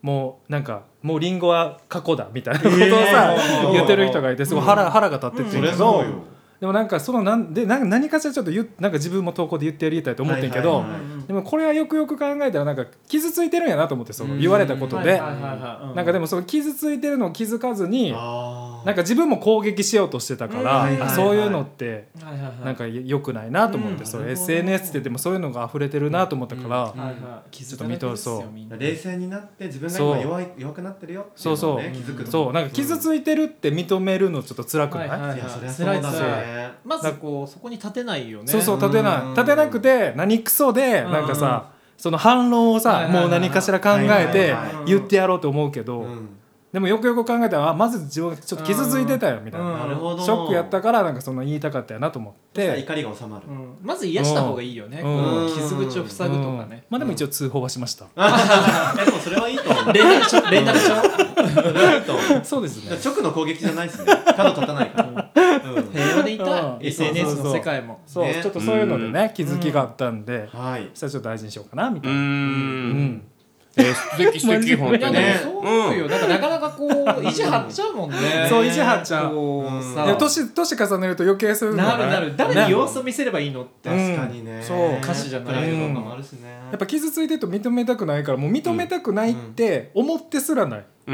[SPEAKER 3] もうなんかもうリンゴは過去だみたいなことをさ、
[SPEAKER 2] えー
[SPEAKER 3] 言ってる人がいてすごい腹,、腹が立ってて
[SPEAKER 2] そ
[SPEAKER 3] んけ
[SPEAKER 2] れ
[SPEAKER 3] ど
[SPEAKER 2] そうよ
[SPEAKER 3] でもなんかそのなんでなんか何かしらちょっと言うなんか自分も投稿で言ってやりたいと思ってんけど、
[SPEAKER 2] はいはいはい
[SPEAKER 3] でもこれはよくよく考えたらなんか傷ついてるんやなと思ってそうの
[SPEAKER 2] ん
[SPEAKER 3] 言われたことで、
[SPEAKER 4] はいはいはいはい
[SPEAKER 3] なんかでもその傷ついてるのを気づかずに
[SPEAKER 2] あー
[SPEAKER 3] なんか自分も攻撃しようとしてたから、
[SPEAKER 4] うん
[SPEAKER 3] あそういうのって
[SPEAKER 4] はいはいはい
[SPEAKER 3] なんか良くないなと思って、
[SPEAKER 4] うん
[SPEAKER 3] そ
[SPEAKER 4] な
[SPEAKER 3] れ
[SPEAKER 4] るほど
[SPEAKER 3] SNS ってでもそういうのが溢れてるなと思ったから、
[SPEAKER 2] うん
[SPEAKER 4] はいはい気づ
[SPEAKER 3] ちょっと見と
[SPEAKER 4] そ
[SPEAKER 3] そうう
[SPEAKER 2] 冷静になって自分が
[SPEAKER 3] そ
[SPEAKER 2] 今
[SPEAKER 3] う
[SPEAKER 2] 弱い弱くなってるよってい
[SPEAKER 3] そう
[SPEAKER 2] の
[SPEAKER 3] そ
[SPEAKER 2] を
[SPEAKER 3] う
[SPEAKER 2] ね気づくの
[SPEAKER 3] そうなんか傷ついてるって認めるのちょっと辛くない、
[SPEAKER 4] はいはい
[SPEAKER 2] いやそりゃそう
[SPEAKER 4] 辛い
[SPEAKER 2] だ
[SPEAKER 4] 辛い
[SPEAKER 2] ね
[SPEAKER 4] まずこうそこに立てないよね
[SPEAKER 3] そうそう立てない
[SPEAKER 2] うん
[SPEAKER 3] 立てなくて何クソで
[SPEAKER 4] うん
[SPEAKER 3] なんかさその反論を
[SPEAKER 4] はい
[SPEAKER 3] さ
[SPEAKER 4] はいはい
[SPEAKER 3] もう何かしら考
[SPEAKER 2] はい
[SPEAKER 3] え
[SPEAKER 2] はい
[SPEAKER 3] て
[SPEAKER 2] はい
[SPEAKER 3] 言ってやろうと思うけど
[SPEAKER 2] うん
[SPEAKER 3] でもよくよく考えたらあまず自分がちょっと傷ついてたよみたい
[SPEAKER 4] うん
[SPEAKER 3] な
[SPEAKER 2] なるほど
[SPEAKER 3] ショックやったからなんかその言いたかったよなと思っ
[SPEAKER 2] さあ
[SPEAKER 3] て
[SPEAKER 2] 怒りが収まる
[SPEAKER 4] うんまず癒した方がいいよね
[SPEAKER 3] うん
[SPEAKER 4] こう傷口を塞ぐとかね
[SPEAKER 3] まあでも一応通報はしました
[SPEAKER 2] えでもそれはいいと思う
[SPEAKER 4] 連絡帳連絡帳
[SPEAKER 2] それはいいと思う
[SPEAKER 3] そうですね
[SPEAKER 2] 直の攻撃じゃないですね角立たないからうん
[SPEAKER 4] 平和でいた
[SPEAKER 3] うん
[SPEAKER 4] い SNS の世界も
[SPEAKER 3] そう
[SPEAKER 2] ね
[SPEAKER 3] ちょっとそういうのでね気づきがあったんで
[SPEAKER 2] はい
[SPEAKER 3] それはちょっと大事にしようかなみ
[SPEAKER 1] う
[SPEAKER 3] たいなうんん
[SPEAKER 1] えー素敵素敵本
[SPEAKER 4] い
[SPEAKER 1] 当
[SPEAKER 4] や
[SPEAKER 1] に
[SPEAKER 4] でも
[SPEAKER 1] ね
[SPEAKER 4] そうよだからなかなかこう意地張っちゃうもんね
[SPEAKER 3] そう意地張っちゃう
[SPEAKER 4] こう
[SPEAKER 2] うん
[SPEAKER 3] でも
[SPEAKER 4] さ
[SPEAKER 3] 年年重ねると余計そういうの
[SPEAKER 4] な
[SPEAKER 3] が
[SPEAKER 4] るなる誰に様子を見せればいいのって
[SPEAKER 3] うん
[SPEAKER 2] 確かにね
[SPEAKER 3] そう
[SPEAKER 4] 歌詞じゃない
[SPEAKER 2] プライドとかもあるしね
[SPEAKER 3] やっぱ傷ついてると認めたくないからもう認めたくないって思ってすらない、
[SPEAKER 1] うん
[SPEAKER 3] そ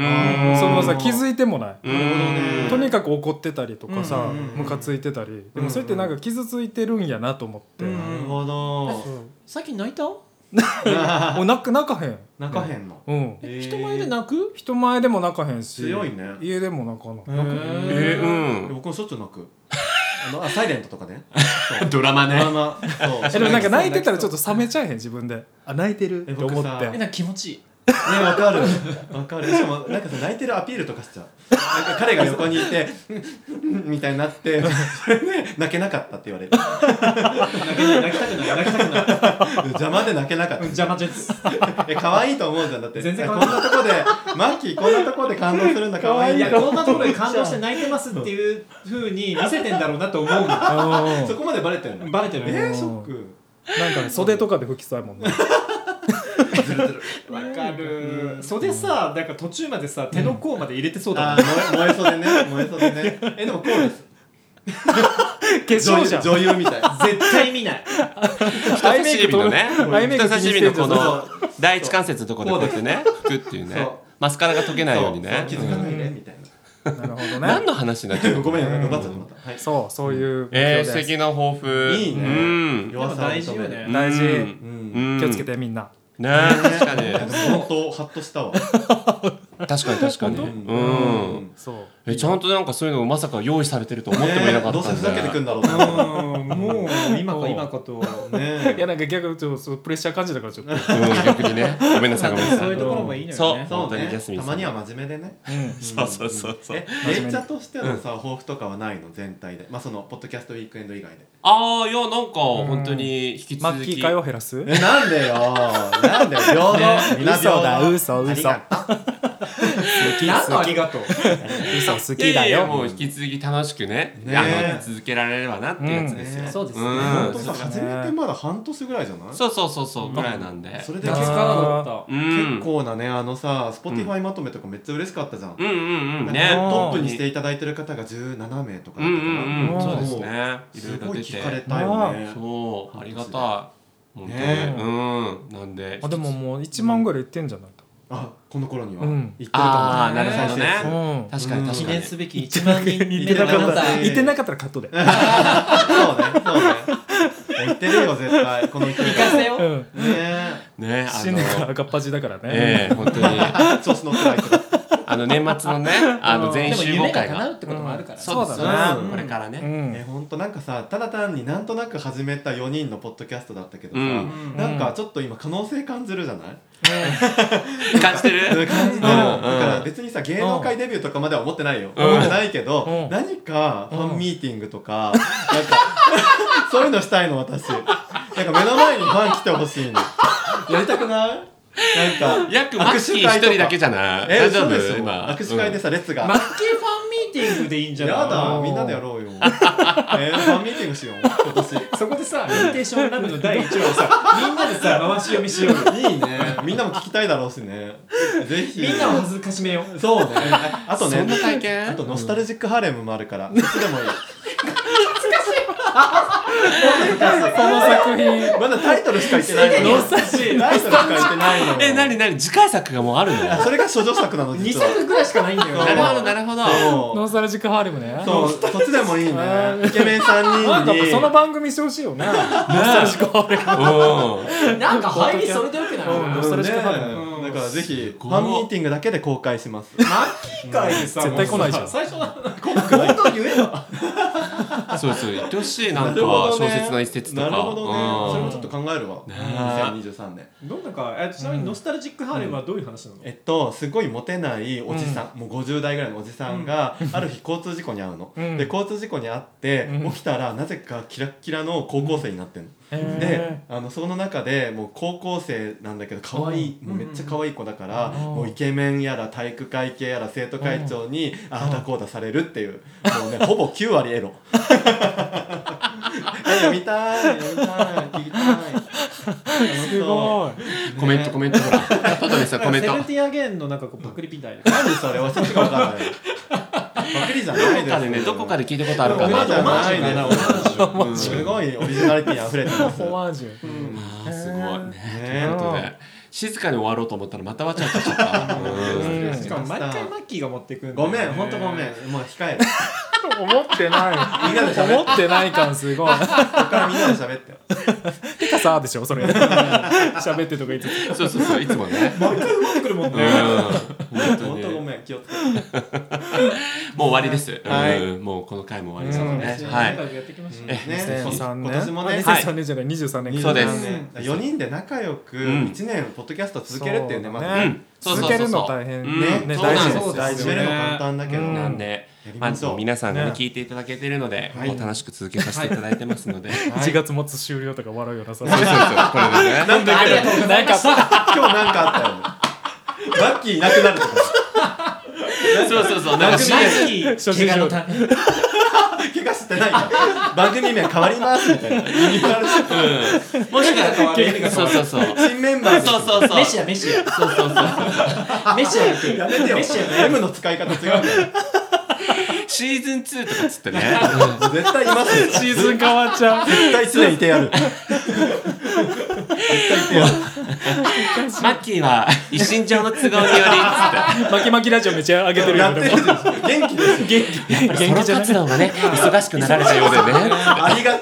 [SPEAKER 3] のさ気づいてもない、
[SPEAKER 1] なるほどね
[SPEAKER 3] とにかく怒ってたりとかさ
[SPEAKER 4] うんうんうん
[SPEAKER 3] ムカついてたりでもそれってなんか傷ついてるんやなと思って、
[SPEAKER 4] うん
[SPEAKER 2] なるほど
[SPEAKER 4] さっき泣いた
[SPEAKER 3] もう泣く泣かへん、
[SPEAKER 2] 泣かへんの
[SPEAKER 3] うん、
[SPEAKER 2] へー
[SPEAKER 4] 人前で泣く
[SPEAKER 3] 人前でも泣かへんし
[SPEAKER 2] 強いね
[SPEAKER 3] 家でも泣かない、
[SPEAKER 1] え
[SPEAKER 4] へ
[SPEAKER 1] ーうん
[SPEAKER 2] 僕もしょっちゅう泣くあのあサイレントとか ね
[SPEAKER 1] ドラマ
[SPEAKER 2] まあ
[SPEAKER 1] ね
[SPEAKER 2] まあそう
[SPEAKER 3] えでもなんか泣いてたらちょっと冷めちゃえへん自分であ泣いてるって思っ
[SPEAKER 2] え僕さ
[SPEAKER 4] え
[SPEAKER 3] て
[SPEAKER 4] なんか気持ちいい
[SPEAKER 2] ねわかるわかるしかもなんかさ泣いてるアピールとかしちゃうなんか彼が横にいてうんうんみたいになってそれね泣けなかったって言われる
[SPEAKER 4] 泣けない泣きたくない泣きたくない
[SPEAKER 2] 邪魔で泣けなかっ
[SPEAKER 4] うん
[SPEAKER 2] た
[SPEAKER 4] 邪魔です
[SPEAKER 2] え可愛いと思うじゃんだって
[SPEAKER 4] 全然
[SPEAKER 2] こ
[SPEAKER 4] 可
[SPEAKER 2] ん
[SPEAKER 4] 愛
[SPEAKER 2] ないとこでマッキーこんなとこで感動するんだ可愛い
[SPEAKER 4] い
[SPEAKER 2] んだ
[SPEAKER 4] や
[SPEAKER 2] よ
[SPEAKER 4] こんなところで感動して泣いてますっていう風に見せてんだろうなと 思うの
[SPEAKER 3] なん
[SPEAKER 2] そこまでバレてるの
[SPEAKER 4] バレてる
[SPEAKER 2] え
[SPEAKER 4] ね
[SPEAKER 2] ー、ショック
[SPEAKER 3] かね袖とかで吹きそうやもんね
[SPEAKER 4] わかる袖さなんか途中までさ手の甲まで入れてそうだ
[SPEAKER 2] あ
[SPEAKER 4] もん
[SPEAKER 2] ー燃え燃えそうでね燃えそうでねえでもこうです
[SPEAKER 3] 化 粧じゃん
[SPEAKER 2] 女優女優みたい
[SPEAKER 4] 絶対見ない
[SPEAKER 3] ア
[SPEAKER 1] 人差
[SPEAKER 3] イメ
[SPEAKER 1] し
[SPEAKER 3] イク
[SPEAKER 1] 指
[SPEAKER 3] と
[SPEAKER 1] のね
[SPEAKER 3] アイメイク
[SPEAKER 1] 人差し指のこ
[SPEAKER 3] 気にし
[SPEAKER 2] そ
[SPEAKER 1] の第一関節のところでこうやってね拭くっていうね
[SPEAKER 2] そう
[SPEAKER 1] マスカラが溶けないようにね
[SPEAKER 2] そうそう気づかないでみたい
[SPEAKER 3] なるほど
[SPEAKER 1] うん何
[SPEAKER 3] ね
[SPEAKER 1] の話に なっちゃ
[SPEAKER 2] な
[SPEAKER 1] う
[SPEAKER 2] ごめんなさい奪っちゃったまたはい
[SPEAKER 3] そうそういう
[SPEAKER 1] えー、素
[SPEAKER 3] 勉強です
[SPEAKER 1] 敵な抱負
[SPEAKER 2] いいね
[SPEAKER 1] うん
[SPEAKER 2] 弱さを認める
[SPEAKER 4] でも大事よね
[SPEAKER 3] 大事
[SPEAKER 1] うん
[SPEAKER 2] うん
[SPEAKER 1] うん
[SPEAKER 3] 気をつけてみんな
[SPEAKER 1] ね確かに
[SPEAKER 2] 本当ハッとしたわ
[SPEAKER 1] 確かに確かに
[SPEAKER 2] う
[SPEAKER 1] うん
[SPEAKER 2] ん
[SPEAKER 3] そう
[SPEAKER 1] えちゃんとなんかそういうのをまさか用意されてると思ってもいなかったんで、
[SPEAKER 2] ねどうせふざけてくんだろう
[SPEAKER 4] う
[SPEAKER 2] と思っ
[SPEAKER 4] んもう今か今かと
[SPEAKER 2] たね
[SPEAKER 3] いやなんか逆にちょっとそうプレッシャー感じたからちょっと
[SPEAKER 1] うん、逆にねごめんなさいごめんなさ
[SPEAKER 4] そ
[SPEAKER 1] いう
[SPEAKER 4] いうところもいいの
[SPEAKER 1] そ
[SPEAKER 4] よ
[SPEAKER 1] う
[SPEAKER 4] ね
[SPEAKER 2] そう
[SPEAKER 1] 本当にジャ
[SPEAKER 2] ね
[SPEAKER 1] スミン
[SPEAKER 2] た
[SPEAKER 1] さん
[SPEAKER 2] まには真面目でね
[SPEAKER 3] うん
[SPEAKER 1] そうそうそうそう
[SPEAKER 2] え演者としてのさ抱負とかはないの全体でまあそのポッドキャストウィークエンド以外で
[SPEAKER 1] ああいやなんか本当に引き
[SPEAKER 3] マ
[SPEAKER 1] 続
[SPEAKER 3] ッキ
[SPEAKER 1] き、
[SPEAKER 3] ー会を減らす
[SPEAKER 2] えなんでよなんでよ平等皆平
[SPEAKER 3] 嘘だ
[SPEAKER 2] 等
[SPEAKER 3] 嘘嘘
[SPEAKER 2] ありがと
[SPEAKER 4] 何のありがとう
[SPEAKER 3] 嘘好
[SPEAKER 1] いや
[SPEAKER 3] き
[SPEAKER 1] いや
[SPEAKER 3] だ
[SPEAKER 1] いや
[SPEAKER 3] よ
[SPEAKER 1] もう引き続き楽しくね
[SPEAKER 2] ね
[SPEAKER 1] あの続けられればなってやつ
[SPEAKER 2] う
[SPEAKER 1] です、
[SPEAKER 2] ね
[SPEAKER 4] そうですね
[SPEAKER 1] うん
[SPEAKER 2] 本当さ始めてまだ半年ぐらいじゃない
[SPEAKER 1] そうそうそうそうぐらいなんで
[SPEAKER 2] それで
[SPEAKER 4] 結
[SPEAKER 2] 結
[SPEAKER 4] 果
[SPEAKER 2] 構
[SPEAKER 4] がだっ
[SPEAKER 1] うん
[SPEAKER 2] 結構なねあのさ Spotify まとめとかめっちゃ嬉しかったじゃん
[SPEAKER 1] うんうんうんね
[SPEAKER 3] なんか
[SPEAKER 2] トップにしていただいてる方が17名とか
[SPEAKER 1] う
[SPEAKER 2] だ
[SPEAKER 1] ん
[SPEAKER 2] っ
[SPEAKER 1] うう
[SPEAKER 2] たかなん
[SPEAKER 1] んそうです
[SPEAKER 2] も
[SPEAKER 1] ね
[SPEAKER 2] う
[SPEAKER 1] いろ
[SPEAKER 2] す
[SPEAKER 1] いろ
[SPEAKER 2] ごい
[SPEAKER 1] 出て
[SPEAKER 2] 聞かれたよね
[SPEAKER 1] そうありがたい本当に、
[SPEAKER 2] ね
[SPEAKER 1] うんなんで
[SPEAKER 3] あでももう1万ぐらいいってんじゃないと
[SPEAKER 2] あこの頃には
[SPEAKER 3] うん
[SPEAKER 2] 行ってる
[SPEAKER 1] あ
[SPEAKER 2] か
[SPEAKER 1] あ
[SPEAKER 2] も
[SPEAKER 1] なるほど
[SPEAKER 2] う
[SPEAKER 1] ね
[SPEAKER 3] うん
[SPEAKER 1] 確かに確かに
[SPEAKER 4] 記念すべき1万人
[SPEAKER 3] 言
[SPEAKER 2] っ
[SPEAKER 3] ってて
[SPEAKER 2] な
[SPEAKER 3] な
[SPEAKER 2] か
[SPEAKER 3] か
[SPEAKER 2] っ
[SPEAKER 3] ったた
[SPEAKER 2] ら
[SPEAKER 3] ら
[SPEAKER 2] 言
[SPEAKER 3] 言
[SPEAKER 2] っな
[SPEAKER 3] っててなかったらカットで
[SPEAKER 2] そうねそうね行ってるよ絶対この勢い
[SPEAKER 4] 行かせよ
[SPEAKER 3] うん
[SPEAKER 2] ねえ
[SPEAKER 1] ねあ
[SPEAKER 3] 新年は
[SPEAKER 1] の
[SPEAKER 3] 赤っ端だからね
[SPEAKER 1] ええ本当に
[SPEAKER 2] 調子乗ってないけど
[SPEAKER 1] あの年末の ねあの全員
[SPEAKER 4] でも
[SPEAKER 1] 集合
[SPEAKER 4] 夢が
[SPEAKER 1] 会
[SPEAKER 4] 叶う
[SPEAKER 1] が
[SPEAKER 4] ってこともあるから
[SPEAKER 3] うん
[SPEAKER 1] そうです
[SPEAKER 3] そう
[SPEAKER 2] だね
[SPEAKER 1] ねこれから
[SPEAKER 3] う
[SPEAKER 1] ね
[SPEAKER 2] え
[SPEAKER 3] ん
[SPEAKER 2] ほんとなんかさただ単になんとなく始めた4人のポッドキャストだったけどさ、
[SPEAKER 1] うん
[SPEAKER 2] なんかちょっと今可能性感じるじゃない、
[SPEAKER 1] 感じて
[SPEAKER 2] うん
[SPEAKER 1] る
[SPEAKER 2] 感じてる、
[SPEAKER 1] うん
[SPEAKER 2] だから別にさ芸能界デビューとかまでは思ってないよ、思ってないけど、
[SPEAKER 3] うん
[SPEAKER 2] 何かファンミーティングとか、なんか そういうのしたいの私なんか目の前にファン来てほしいのやりたくないなんか
[SPEAKER 1] 約マッキー一人だけじゃない
[SPEAKER 2] え
[SPEAKER 1] 大丈
[SPEAKER 2] そう
[SPEAKER 1] 夫
[SPEAKER 2] でしょ
[SPEAKER 1] 今
[SPEAKER 2] 握手会でさ列が、
[SPEAKER 4] マッキーファンミーティングでいいんじゃない
[SPEAKER 2] やだ
[SPEAKER 3] うん
[SPEAKER 2] みんなでやろうよえーファンミーティングしよう今年
[SPEAKER 4] そこで さ、インテーションラブの第1話をさ、みんなでさ、回し読みしようよ。
[SPEAKER 2] いいね。みんなも聞きたいだろうしね。ぜひ。
[SPEAKER 4] みんなを恥ずかしめよう。
[SPEAKER 2] そうね。あとね。
[SPEAKER 1] そんな体験
[SPEAKER 2] あとノスタルジックハーレムもあるから、いつでもいい。
[SPEAKER 3] この作品
[SPEAKER 2] まだタイトルしか言ってないの。
[SPEAKER 4] ノスタルジック
[SPEAKER 2] タイトルしか言ってないの。
[SPEAKER 1] え、なになに次回作がもうあるの
[SPEAKER 2] それが処女作なの、
[SPEAKER 4] 2
[SPEAKER 2] 実は。
[SPEAKER 4] 作ぐらいしかないんだよ
[SPEAKER 1] な
[SPEAKER 2] そう
[SPEAKER 1] る
[SPEAKER 4] ね。
[SPEAKER 1] ほど、なるほど。
[SPEAKER 2] そ
[SPEAKER 3] ノ
[SPEAKER 2] う。
[SPEAKER 3] ーサルジックハーレムね
[SPEAKER 2] そう、そっちでもいいね。イケメン
[SPEAKER 3] な
[SPEAKER 2] 3
[SPEAKER 3] ん
[SPEAKER 2] 人
[SPEAKER 3] か
[SPEAKER 2] に。
[SPEAKER 3] その番組してほしいよね
[SPEAKER 1] う
[SPEAKER 4] なんか入りそれでよくない
[SPEAKER 3] うんノスタルジックハーレム
[SPEAKER 2] ねだからぜひ、ファンミーティングだけで公開します。
[SPEAKER 4] マッキー会でさ、
[SPEAKER 3] 絶対来ないじゃん
[SPEAKER 4] もうさ最初の、
[SPEAKER 2] 本当言えば。
[SPEAKER 1] ん。そうそう、言ってほしい、な
[SPEAKER 2] なん
[SPEAKER 1] か
[SPEAKER 2] るほど
[SPEAKER 1] 小
[SPEAKER 2] ね
[SPEAKER 1] 説の一節とか。
[SPEAKER 2] なるほどね。それもちょっと考えるわ。
[SPEAKER 1] ね
[SPEAKER 2] 2023年。
[SPEAKER 4] どんなか、えちなみにノスタルジックハーレムはどういう話なの
[SPEAKER 2] えっと、すごいモテないおじさん、もう50代ぐらいのおじさんが、ある日交通事故に遭うの、
[SPEAKER 3] うん
[SPEAKER 2] で交通事故に遭って、
[SPEAKER 3] うん
[SPEAKER 2] 起きたらなぜかキラッキラの高校生になってるの、であのその中でもう高校生なんだけど可愛い、
[SPEAKER 3] うん
[SPEAKER 2] もうめっちゃ可愛い子だから、
[SPEAKER 3] ん
[SPEAKER 2] もうイケメンやら体育会系やら生徒会長に、ああだこうだされるっていう、もうね ほぼ9割エロ読みたい読みたい聞きた い
[SPEAKER 3] すごい
[SPEAKER 1] コメント、コメント、ほら。パトリさん、コメン
[SPEAKER 4] セ
[SPEAKER 1] ト。
[SPEAKER 4] ブンティーアゲインのなんかこう、パクリみたいな。
[SPEAKER 2] 何それはちょっとわかん ないパクリじゃない
[SPEAKER 1] ど
[SPEAKER 2] です
[SPEAKER 1] こかでね、どこかで聞いたことあるか
[SPEAKER 2] オマージュ
[SPEAKER 1] な。
[SPEAKER 2] はないです
[SPEAKER 4] オマージュ
[SPEAKER 2] うんすごいオリジナリティに溢れてます。
[SPEAKER 3] フォワージュ
[SPEAKER 2] うん
[SPEAKER 1] あーすごいね
[SPEAKER 2] ね。
[SPEAKER 1] ということで静かに終わろうと思ったらまたわちゃわちゃしちゃった。うん
[SPEAKER 2] 失礼
[SPEAKER 4] しかも毎回マッキーが持っていくんだ
[SPEAKER 2] ご
[SPEAKER 4] よね
[SPEAKER 2] めん、ほんとごめん。もう控える。
[SPEAKER 3] 思ってない
[SPEAKER 2] みんなで喋っ
[SPEAKER 3] 思ってない感すごい
[SPEAKER 2] ここからみんなで喋って
[SPEAKER 3] てかさでしょそれ喋ってとか言って
[SPEAKER 1] そうそうそういつもね
[SPEAKER 4] 毎回戻ってくるもん
[SPEAKER 1] うん
[SPEAKER 4] ね。
[SPEAKER 1] 本当
[SPEAKER 2] 本
[SPEAKER 1] に
[SPEAKER 2] 当ご
[SPEAKER 1] もう
[SPEAKER 2] めん気をつけて
[SPEAKER 1] 終わりです、
[SPEAKER 2] はい
[SPEAKER 1] うんもうこの回も終わりそう
[SPEAKER 3] うん
[SPEAKER 1] ね、はい
[SPEAKER 4] やってきましたね。
[SPEAKER 2] ね
[SPEAKER 3] 2003年
[SPEAKER 2] 今年もね
[SPEAKER 3] あ2003年じゃない23年
[SPEAKER 1] そうです
[SPEAKER 2] 4人で仲良く
[SPEAKER 1] ん
[SPEAKER 2] 1年ポッドキャスト続けるっていうね
[SPEAKER 3] そう
[SPEAKER 2] ま
[SPEAKER 3] だね
[SPEAKER 2] ず
[SPEAKER 1] うんそう
[SPEAKER 2] ね
[SPEAKER 1] そうそうそう
[SPEAKER 3] 続けるの大変
[SPEAKER 1] う
[SPEAKER 3] ね
[SPEAKER 1] ん
[SPEAKER 2] ね
[SPEAKER 1] そうなんで
[SPEAKER 2] そう
[SPEAKER 1] す
[SPEAKER 2] なんです
[SPEAKER 1] よ
[SPEAKER 2] 始めるの簡単だけど
[SPEAKER 3] うん
[SPEAKER 1] な
[SPEAKER 2] なんんで
[SPEAKER 1] で
[SPEAKER 2] やり
[SPEAKER 1] ま
[SPEAKER 2] ま
[SPEAKER 1] ず
[SPEAKER 2] しょう
[SPEAKER 1] 皆さんがね
[SPEAKER 3] ね
[SPEAKER 1] 聞いていただけてるので、
[SPEAKER 2] はい
[SPEAKER 1] もう楽しく続けさせていただいてますので、
[SPEAKER 2] はい
[SPEAKER 3] 1月末終了とか笑うよなさ
[SPEAKER 1] そうそうそうこれでね
[SPEAKER 2] なんだ
[SPEAKER 4] あ
[SPEAKER 2] け
[SPEAKER 4] り
[SPEAKER 2] ど
[SPEAKER 4] がとうござ
[SPEAKER 3] ないん
[SPEAKER 4] ます。
[SPEAKER 3] か
[SPEAKER 2] 今日なんかあったよねラッキーいなくなるとか
[SPEAKER 1] そうそうそうなんか
[SPEAKER 4] マイキー
[SPEAKER 3] 初心者
[SPEAKER 4] 怪我のため
[SPEAKER 2] 怪我してないから番組名変わりますみたいなリニューアルして
[SPEAKER 1] もし
[SPEAKER 4] が変わ
[SPEAKER 1] か
[SPEAKER 4] る目
[SPEAKER 1] して
[SPEAKER 4] が変
[SPEAKER 1] そう
[SPEAKER 4] わ
[SPEAKER 1] そうそう
[SPEAKER 2] 新メンバーで
[SPEAKER 1] そうそうそう
[SPEAKER 4] メ シアメシア
[SPEAKER 1] そう そうそう
[SPEAKER 4] メシアが来る
[SPEAKER 2] やめてよ
[SPEAKER 4] メシアが
[SPEAKER 2] M の使い方違うか
[SPEAKER 1] シーズン2とかつってね
[SPEAKER 2] ら絶対いますよ
[SPEAKER 3] シーズン変わっちゃう
[SPEAKER 2] 絶対常にいてやる絶対いてやる
[SPEAKER 1] マッキーは一身上の都合によりつって
[SPEAKER 3] 巻き巻きラジオめちゃ上げてる
[SPEAKER 2] や
[SPEAKER 3] よ
[SPEAKER 2] って
[SPEAKER 3] で
[SPEAKER 2] る
[SPEAKER 3] も
[SPEAKER 2] でしょ元気ですよ
[SPEAKER 3] 元気元気じゃない
[SPEAKER 1] ソロ活動がね忙しくなられたようでね
[SPEAKER 2] ありがち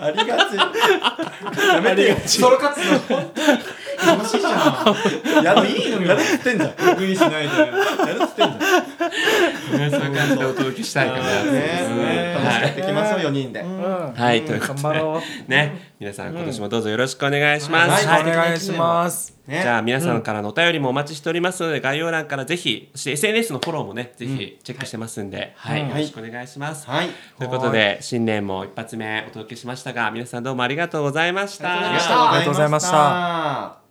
[SPEAKER 2] ありがちやめてよ
[SPEAKER 4] ソロ活動本
[SPEAKER 2] 楽しいじゃんやるいいのやるっつってんじゃん
[SPEAKER 4] 当にしないで。
[SPEAKER 2] やるっつってんじゃん
[SPEAKER 1] ねそういう感じでお届けしたいかな
[SPEAKER 2] ねね楽しくやっていきましょう4人で
[SPEAKER 3] う
[SPEAKER 1] は
[SPEAKER 3] ん
[SPEAKER 1] い、はい、というこ
[SPEAKER 3] 頑
[SPEAKER 1] と
[SPEAKER 3] 張
[SPEAKER 1] で
[SPEAKER 3] ろう
[SPEAKER 1] ね皆さん今年もどうぞよろしくお願いします、
[SPEAKER 3] は
[SPEAKER 1] はい
[SPEAKER 3] いお願いします
[SPEAKER 2] ね
[SPEAKER 1] じゃあ皆さんからのお便りもお待ちしておりますので概要欄からぜひそして SNS のフォローもねぜひチェックしてますんで、はい、
[SPEAKER 3] うん
[SPEAKER 1] よろしくお願いします、
[SPEAKER 2] はい
[SPEAKER 1] ということで新年も一発目お届けしましたが皆さんどうもありがとうございました
[SPEAKER 2] あ
[SPEAKER 3] りがとうございました
[SPEAKER 2] ありがとうございました